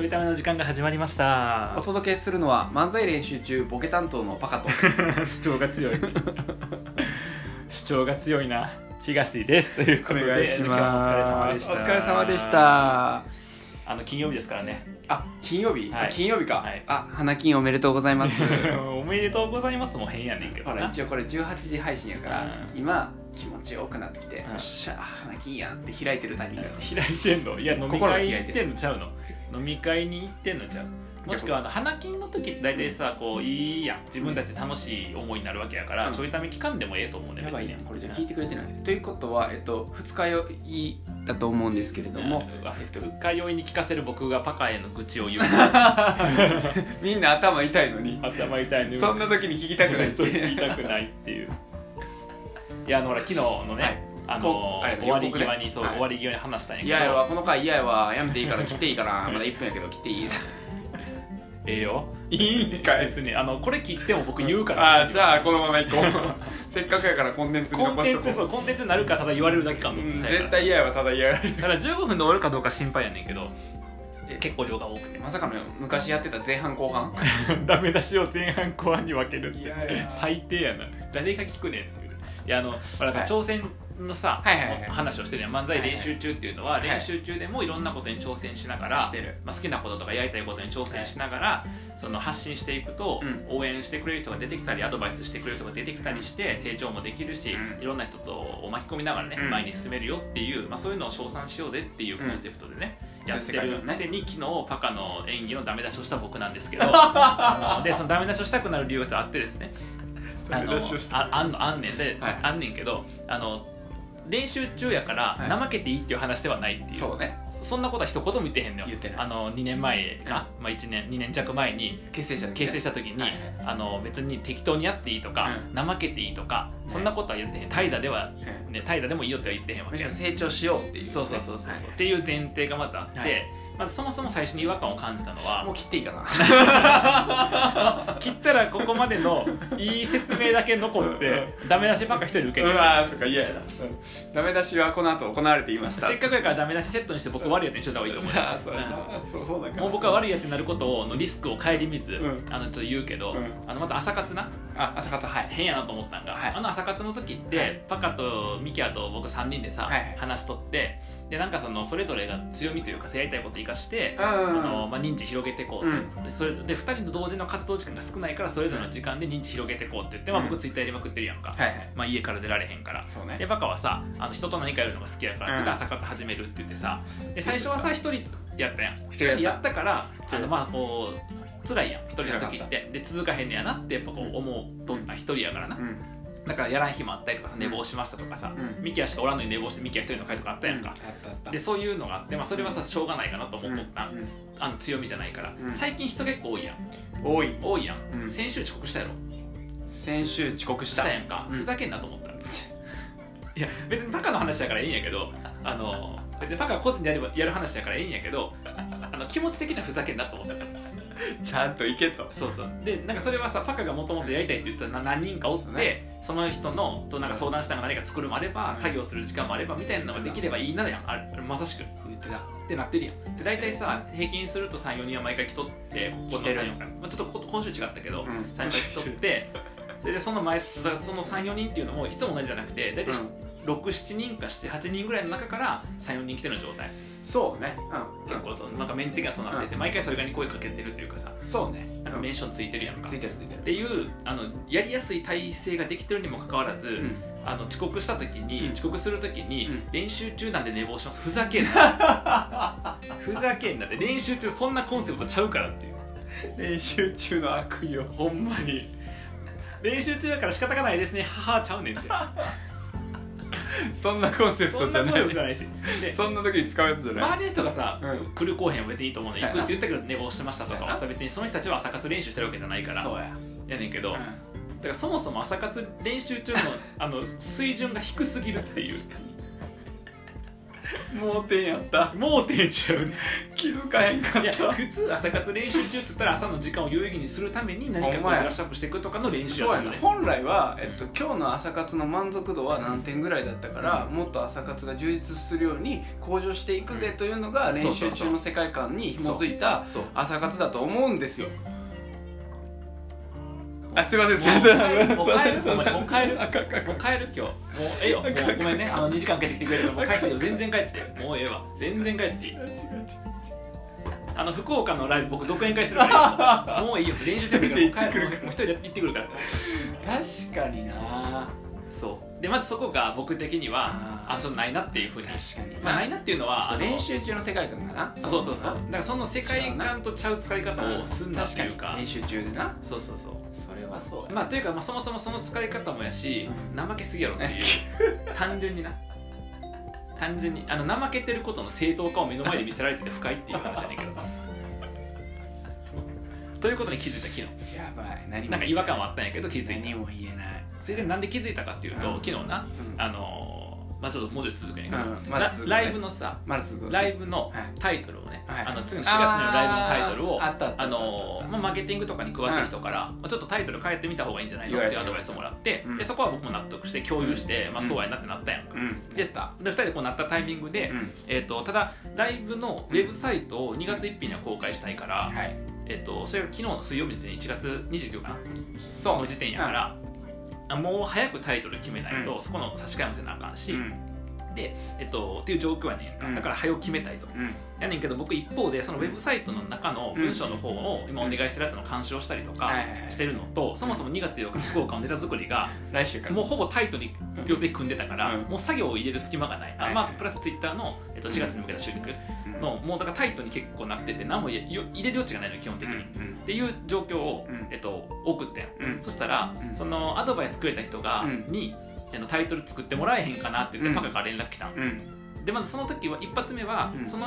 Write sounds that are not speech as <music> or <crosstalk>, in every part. ょいための時間が始まりましたお届けするのは漫才練習中ボケ担当の <laughs> パカと主張が強い <laughs> 主張が強いな東ですということで今日もお疲れ様でしたお疲れ様でしたあの金曜日ですからねあ金曜日、はいあ金曜日か、はいあ花金おめでとうござい <laughs> ます <laughs> おめでとうございますも変やねんけどほらな一応これ18時配信やから、う今気持ちよくなってきて、うんよっしゃあ花金やんって開いてるタイミングだ開いてんのいや飲み心が開会いてる行ってんのちゃうの飲み会に行ってんのちゃうもしくはあの花金の時って大体さこういいやん自分たち楽しい思いになるわけやから、うんちょいため期間でもええと思うねやばい別ねにこれじゃ聞いてくれてない、ということは、えっと、2日酔いだと思うんですけれども、うん二日酔いに聞かせる僕がパカへの愚痴を <laughs> 言うみんな頭痛いのに頭痛いねそんな時に聞きたくないってそう聞きたくないっていういやあのほら昨日のね、はいあのこうあれ終わり際に予告ねそう、はい終わり際に話したんやけど嫌やわこの回嫌やわやめていいから切っていいかなまだ1分やけど切っていいええよいいんかい別にあのこれ切っても僕言うから、あーじゃあこのままいこう <laughs> せっかくやからコンテンツにコン残しテとンツそこううコンテンツになるかただ言われるだけかとう思んってたや絶から対嫌やわただ嫌やだから15分で終わるかどうか心配やねんけどえ結構量が多くてまさかの昔やってた前半後半 <laughs> ダメ出しを前半後半に分けるっていやいや最低やな誰が聞くねんっていうねいやあのほらはい挑戦のさ、はいはいはい話をしてるやん漫才練習中っていうのは、いはい練習中でもいろんなことに挑戦しながら、してるまあ、好きなこととかやりたいことに挑戦しながら、その発信していくと、応援してくれる人が出てきたりアドバイスしてくれる人が出てきたりして成長もできるし、うんいろんな人と巻き込みながらね、うん前に進めるよっていう、まあ、そういうのを称賛しようぜっていうコンセプトでね、うんやってそういう世界る観くねせに、昨日パカの演技のダメ出しをした僕なんです <laughs> けど <laughs> でそのダメ出しをしたくなる理由があってですねあのああんのあんねんで、はいあんねんけどあの練習中やからはい怠けていいっていう話ではないっていう、そうねそんなことは一言も言ってへんのよ言ってないあの2年前か、まあ、1年2年弱前に結成者結成した時に、はいあの別に適当にやっていいとか、う怠けていいとかねそんなことは言ってへん怠惰では、うんね、怠惰でもいいよっては言ってへんわむけしよろ成長しようっていうそうそうそうそう、はいっていう前提がまずあって、はいまずそもそも最初に違和感を感じたのはもう切っていいか <laughs> な切ったらここまで <laughs> のいい説明だけ残ってダメ出しばっか一人受けてるーそっか嫌やなうんダメ出しはこの後行われていましたせっかくやからダメ出しセットにして僕悪いやつにしといた方がいいと思うよあーそうやなそうそうだからもう僕は悪いやつになることをのリスクを顧みず、うんあのちょっと言うけど、うんあのまず朝活なあ朝方はい変やなと思ったんが、はいあの朝活の時って、はいパカとミキアと僕3人でさ、はいはい話しとってでなんかそのそれぞれが強みというかやりたいことを生かして、ああのまあ、認知広げていこうと、うでそれで2人の同時の活動時間が少ないからそれぞれの時間で認知広げていこうって言って、まあ、うん僕ツイッターやりまくってるやんか、はいはいまあ、家から出られへんから。そうねでバカはさあの人と何かやるのが好きやからって言ってう朝ん活始めるって言ってさで最初はさ1人やったやん一一人やった人やったから一あ人のまあこう辛いやん一人の時辛かっってで続かへんねやなってやっぱこう思うとうんあ一人やからなうんだからやらん日もあったりとかさうん寝坊しましたとかさうんミキアしかおらんのに寝坊してミキア一人の回とかあったやんかうんあったあったでそういうのがあってまあそれはさしょうがないかなと思っとったうんあの強みじゃないからうん最近人結構多いやん多い多いやうんん先週遅刻したやろ先週遅刻ししたたやんかうんふざけんなと思った <laughs> いや別にパカの話だからいいんやけどあの別にパカ個人でやればやる話だからいいんやけどあの気持ち的にはふざけんなと思ったからちゃんと行けとそうそうでなんかそれはさパカがもともとやりたいって言ってたな何人かおってそ,、そうの人のとなんか相談したが何か作るもあればん作業する時間もあればみたいなのができればいいなやんあれまさしくっ言ってたてなってるやんで大体さ平均すると34人は毎回来とってここの来てる34回、まあ、ちょっとこ今週違ったけど、うん3回来とってそれでその前だからその34人っていうのもいつも同じじゃなくて大体67人か78人ぐらいの中から34人来てる状態そうね結構そのなんかメンズ的にはそうなっててう毎回それがに声かけてるっていうかさそうねなんかメンションついてるやんかついてるついてっるていうあのやりやすい体制ができてるにもかかわらず、うんあの遅刻した時に、うん遅刻する時に、うん練習中なんで寝坊しますふざけんな <laughs> ふざけんなって練習中そんなコンセプトちゃうからっていう練習中の悪意をほんまに練習中だから仕方がないですね母ちゃうねんって <laughs> そんなコンセプそトんじゃなないことじゃないしでそんな時に使うやつじゃない周りの人がさ、うん来る後編は別にいいと思うねそう行くやなって言ったけど寝坊してましたとかはそうさ別にその人たちは朝活練習してるわけじゃないからうややねんけど、だからそもそも朝活練習中のあの水準が低すぎるっていう盲点やった盲点ちゃうね気づかへんかっいやた普通朝活練習中って言ったら朝の時間を有意義にするために何かほんこうまやブラッシュアップしていくとかの練習そうだやよなね本来は、えっと、今日の朝活の満足度は何点ぐらいだったから、もっと朝活が充実するように向上していくぜというのがうん練習そうそうそ中うの世界観に紐づいたそう朝活だと思うんですよあすいませんすいませんもう帰るすいませんもう帰るあかんあかんあかもうん帰る今日もうええよもうごめんねあの2時間かけて来てくれるからもう帰っていいよ全然帰ってもうええわ全然帰っていい違う違う違うあの福岡のライブ僕独演会するからもういいよ練習してくるからもう帰るもうもう一人で行ってくるから確かになそうでまずそこが僕的にはああちょっとないなっていうふうに確かにまあないなっていうのはそあうの練習中の世界観がなそうそうそうだからその世界観とちゃう使い方をすんなって確かいうにか練習中でなそうそうそうそれはそうやまあというか、まあ、そもそもその使い方もやし、うん怠けすぎやろっていう単純にな単純にあの怠けてることの正当化を目の前で見せられてて不快っていう話やねん <laughs> けどということに気づいた昨日やばい何もなんか違和感はあったんやけど気づい何たも言えない、それでなんで気づいたかっていうと、うん昨日なうんあのーまあちょっともうちょっと続くんやけど、うんまだ続くねラライブのさまだ続くライブのはいタイトルをね、はいあの次の4月のライブのタイトルをあーあったあったあのーまあ、マーケティングとかに詳しい人から、まあちょっとタイトル変えてみた方がいいんじゃないの言っわれていうてるアドバイスをもらって、うんでそこは僕も納得して共有して、まあ、うんそうやなってなったやんか、うんでで2人でこうなったタイミングで、うんえー、とただライブのウェブサイトを2月1日には公開したいから、はいえー、とそれが昨日の水曜日に1月29かなそうの時点やから、あもう早くタイトル決めないと、うそこの差し替えもせなあかんし、うんで、えっとっていう状況やねんか、うんだから早う決めたいと。うんやねんけど僕一方でそのウェブサイトの中の文章の方を今お願いしてるやつの監視をしたりとはかいはいはいしてるのとそもそも2月8日福岡のネタ作りが来週からもうほぼタイトに予定組んでたからうんもう作業を入れる隙間がないはあいまああとプラスツイッターのえっと4月に向けた収録うんのもうだからタイトに結構なってて何も入れ入れる余地がないのよ基本う的んうにっんていう状況をうんえっと送ってんうんそしたらうんそのアドバイスくれた人がうんにあのタイトル作ってもらえへんかなって言っうんてパカから連絡来たんうんでまずその時は一発目は、うんその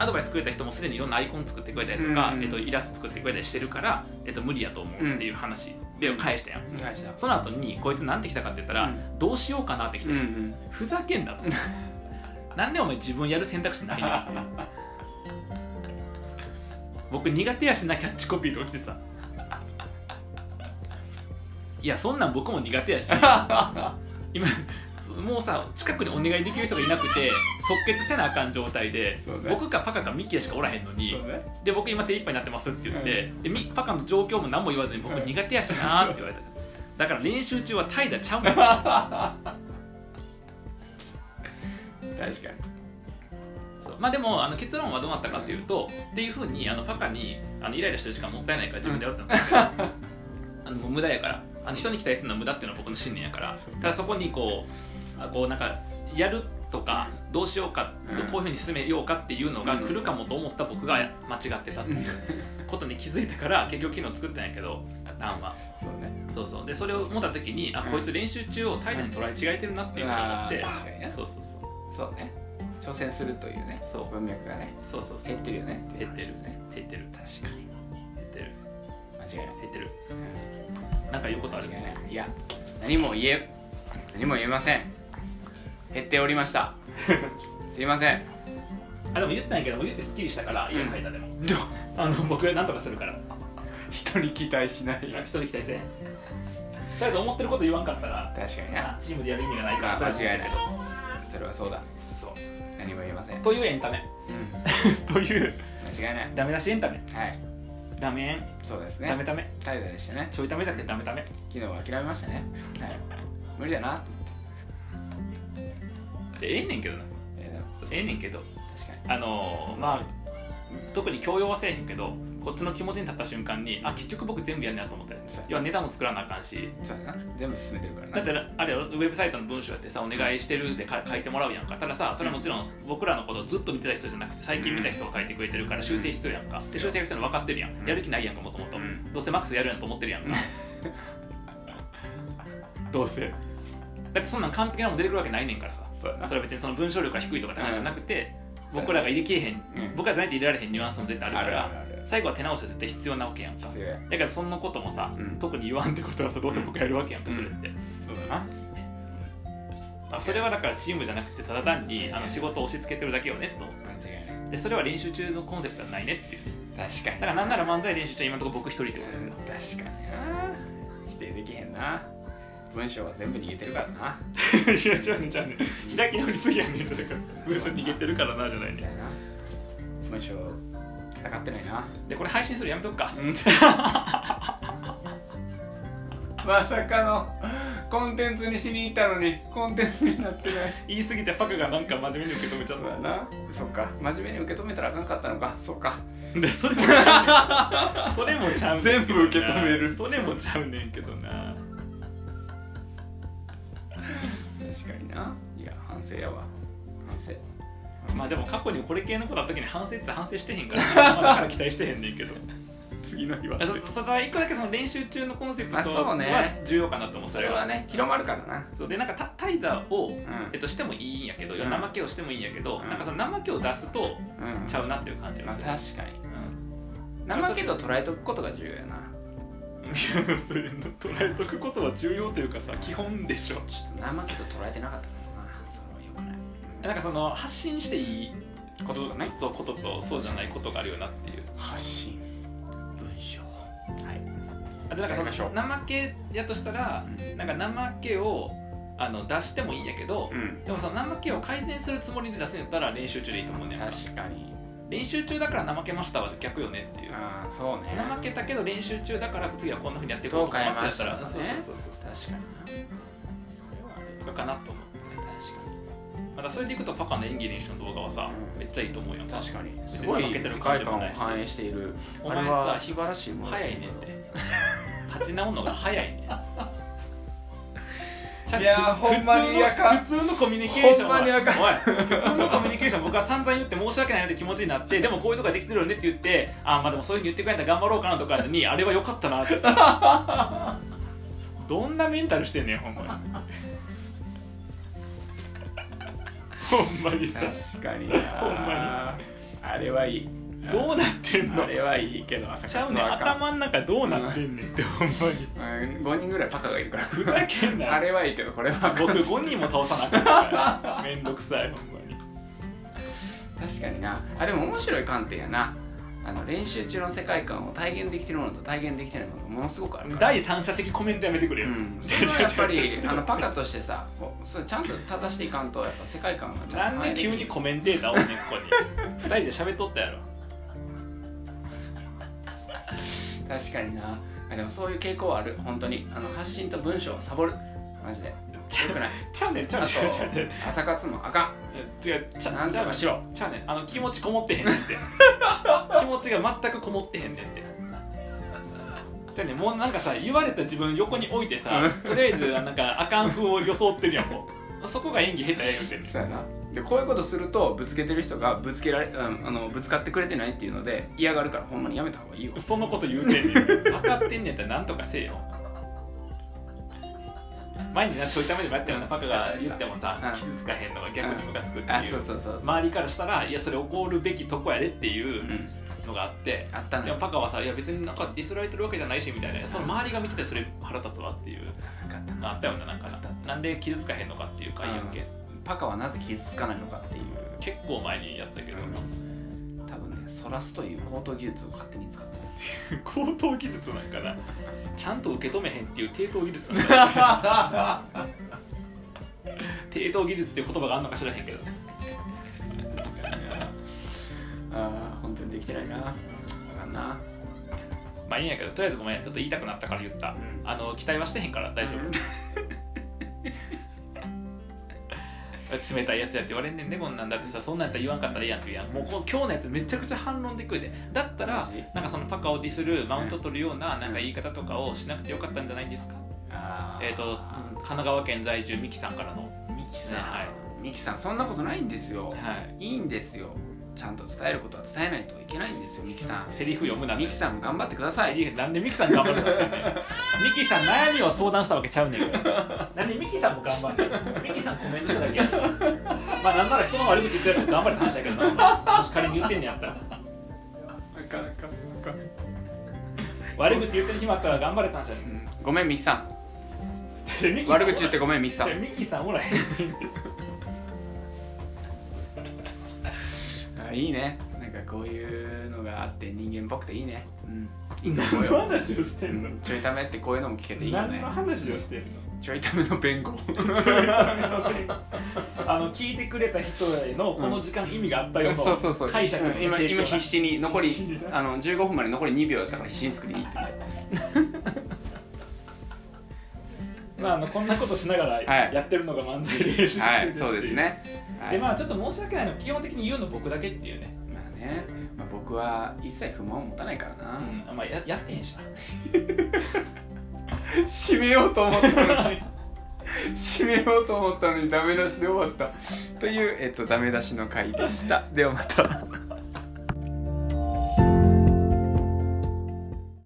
アドバイスくれた人もすでにいろんなアイコン作ってくれたりとか、うんえっと、イラスト作ってくれたりしてるから、えっと、無理やと思うっていう話で返したやん、お願いしたその後にこいつなんて来たかって言ったら、うんどうしようかなって来て、うんふざけん <laughs> なとなんでお前自分やる選択肢ないねんって僕苦手やしなキャッチコピーとか来てさいやそんなん僕も苦手やし今もうさ近くにお願いできる人がいなくて即決せなあかん状態で、そうね僕かパカかミキヤしかおらへんのにそうねで僕今手一杯になってますって言って、でミパカの状況も何も言わずに僕うん苦手やしなーって言われただから練習中は怠惰ちゃうも確かにんそうまあでもあの結論はどうなったかというと、っていうふうにあのパカにあのイライラしてる時間もったいないから自分でやろうってなった <laughs> んですけどあのもう無駄やからあの人に期待するのは無駄っていうのは僕の信念やからただそこにこうあこうなんかやるとかどうしようか、うんこういうふうに進めようかっていうのがうん来るかもと思った僕が間違ってたっていう <laughs> ことに気づいたから結局昨日作ったんやけどタンはそうねそうそうでそれを思った時にあうんこいつ練習中を怠惰に捉え違えてるなっていうのがあってあー確かにねそうそうそうそうね挑戦するというねそう文脈がねそうそうそう減ってるよね減ってるね減ってる確かに減ってる間違いない減ってるなんか言うことある間違いないいや何も言え何も言えません減っておりましたすいませんあでも言ったんやけど言ってすっきりしたからうん家書いたでも、あの僕は何とかするから人に期待しない人に期待せんとりあえず思ってること言わんかったら確かにまあなチームでやる意味がないかまらあ間違いないとりあえずそれはそうだそう何も言えません、というエンタメという間違いないダメ出しエンタメはいダメエン、そうですダメねダメ怠惰でしたねちょいダメだけどダメダメ昨日は諦めましたねはい無理だなええねんけどなえーでもそうええねんけど確かにあのーまあ特に強要はせえへんけどこっちの気持ちに立った瞬間にあ結局僕全部やんねやと思ったよそう要はネタも作らなあかんしそうだな全部進めてるからなだってあれやろウェブサイトの文章やってさお願いしてるでか書いてもらうやんかたださそれはもちろん僕らのことをずっと見てた人じゃなくて最近見た人が書いてくれてるから修正必要やんかで修正が必要なの分かってるやんやる気ないやんかもともとうんどうせマックスやるやんと思ってるやんか <laughs> どうせだってそんなん完璧なもん出てくるわけないねんからさそうだなそれは別にその文章力が低いとかって話じゃなくて、うん僕らが入れきれへん、うん僕らじゃないと入れられへんニュアンスも絶対あるからあるあるある最後は手直しは絶対必要なわけやんか必要やだからそんなこともさ、うん特に言わんってことはさどうせ僕がやるわけやんかうんそれって、そうだなあそれはだからチームじゃなくてただ単にあの仕事を押し付けてるだけよねと思っ間違いないてでそれは練習中のコンセプトはないねっていう確かにだからなんなら漫才練習中は今のところ僕一人ってことですようん確かにあー否定できへんな文章は全部逃げてるからなじゃあねじゃあね開き直りすぎやねんだから文章逃げてるからなじゃないそうねやな文章戦ってないなでこれ配信するやめとくか <laughs> まさかのコンテンツにしに行ったのにコンテンツになってない言い過ぎてパクがなんか真面目に受け止めちゃそうやっなそっか真面目に受け止めたらあかんかったのかそうかたでそれもちゃうねんそれもちゃうねんけどな全部受け止めるそれもちゃうねんけどな確かにないや反省やわ反省まあでも過去にこれ系のことあった時に反省って反省してへんから、まあだから期待してへんねんけど次の日はあそそただ一個だけその練習中のコンセプまあトそうねは重要かなと思うそれはね広まるからなそうでなんかた怠惰を、んえっと、してもいいんやけど、うん怠けをしてもいいんやけど、うんなんかその怠けを出すとうんちゃうなっていう感じがまあす確る、かに怠けと捉えとくことが重要やなうん、いやそれ捉えとくことは重要というかさ基本でしょちょっと怠けと捉えてなかったからなそれはよくないなんかその発信していいこととねそうこととそうじゃないことがあるよなっていう発信文章はいあでなんかそやりましょのう怠けやとしたらなんか怠けをあの出してもいいんやけど、うんでもその怠けを改善するつもりで出すんやったら練習中でいいと思うねんな確かに練習中だから怠けましたは逆よねっていうああそうね怠けたけど練習中だから次はこんなふうにやっていこうと思いますやったら、どそうう変えましたそうそうそう確かになそれはあるとかかなと思ってね確またそれでいくとパカの演技練習の動画はさ、うんめっちゃいいと思うよかに確かに別にすご怠けいてる感世界じ観もをないし反映しているお前あれさは素晴らしいものだ早いねんって立ち直るのが早いね <laughs> んいやーほんまにあかん普通の普通のコミュニケーションはほんまにあかんおい普通のコミュニケーション僕は散々言って申し訳ないなって気持ちになってでもこういうとこができてるよねって言ってあーまあでもそういうふうに言ってくれたら頑張ろうかなとかにあれは良かったなってさどんなメンタルしてんねんほんまにほんまにさ確かになほんまあれはいいどうなってんあのれはいいけど朝ちゃ活うねんはあかん頭の中どうなってんねんってほんまにうん5人ぐらいパカがいるからふざけんなよあれはいいけどこれはあかん僕5人も倒さなあかったからめんどくさいほんまに確かになあでも面白い観点やなあの練習中の世界観を体現できてるものと体現できてないものがものすごくあるから第三者的コメントやめてくれうよ、ん、それはやっぱ違う違うり <laughs> 違うあのパカとしてさこうそれちゃんと正していかんとやっぱ世界観がちゃんなとんで急にコメンテーターをねんここに二人で喋っとったやろ確かになあでもそういう傾向はある本当にあの発信と文章はサボるマジでよちゃくないちゃうねんちゃうあね <laughs> んとちゃうねんちゃうねん朝活もあか違うちゃんなんちとゃうねかんしろちゃうねんあの気持ちこもってへんねん <laughs> って気持ちが全くこもってへんねんってじゃうねんもうなんかさ言われた自分横に置いてさとりあえずなんかあかん風を装ってるやんもうそこが演技下手や言うてんねんそうやなでこういうことするとぶつけてる人がぶつけられ、うん、あのぶつかってくれてないっていうので嫌がるからほんまにやめた方がいいよそのこと言うてんねん分かってんねんったらなんとかせえよ前になちょいためでもやったようなパカが言ってもさうん傷つかへんのが逆にムカつくってあいそううそうそうそう、、周りからしたらいやそれ怒るべきとこやでっていううんのがあってあったねでもパカはさいや別になんかディスられてるわけじゃないしみたいなその周りが見ててそれ腹立つわっていうなかったなあったようななんかななんで傷つかへんのかっていう回やっけパカはなぜ傷つかないのかっていう結構前にやったけど多分ねそらすという高等技術を勝手に使っ <laughs> てる <laughs> 高等技術なんかなちゃんと受け止めへんっていう低等技術なんかな低等技術っていう言葉があんのか知らへんけどああ本当にできてないなあかんなまあいいんやけどとりあえずごめんちょっと言いたくなったから言った、んあの期待はしてへんから大丈夫、冷たいやつやって言われんねんねこんなんだってさそんなんやったら言わんかったらいいやんって言うやんもうこ今日のやつめちゃくちゃ反論でくれてだったらマジなんかそのパカをディスるマウント取るようななんか言い方とかをしなくてよかったんじゃないんですかあえっ、と神奈川県在住ミキさんからのミキさん、ねはミキさんそんなことないんですよはいいいんですよちゃんと伝えることは伝えないといけないんですよミキさんセリフ読むなんてミキさんも頑張ってくださセいリフなんでミキさん頑張るんだろうねミキさん悩みを相談したわけちゃうねんからなんでミキさんも頑張るミキさんコメントしただけやんまあなんなら人の悪口言ってるやつ頑張る話やけどなもし仮に言ってんねやったら悪口言ってる暇あったら頑張れって話やねんうんごめんミキさん違うミキさん悪口言ってごめんミキさじゃあんミキさんおらへんあいいねなんかこういうのがあって人間っぽくていいねうんいいと思う何のよ話をしてんのちょいためってこういうのも聞けていいよ何ねの話をしてんの <laughs> ちょいための弁護あの聞いてくれた人へのこの時間意味があったよ <laughs> そうのそうそう解釈のうん今今必死に <laughs> 残り必死になあの15分まで残り2秒だったから必死に作りに <laughs> 行ってみまああのこんなことしながらはいやってるのが漫才練習中たはいそうですねっていうはでいままあちょっと申し訳ないのは基本的に言うの僕だけっていうね、あね、まあ、僕は一切不満を持たないからな、うん、まあややってへんし <laughs> な締めようと思ったのに締めようと思ったのにダメ出しで終わったという、えっと、ダメ出しの回でしたではまた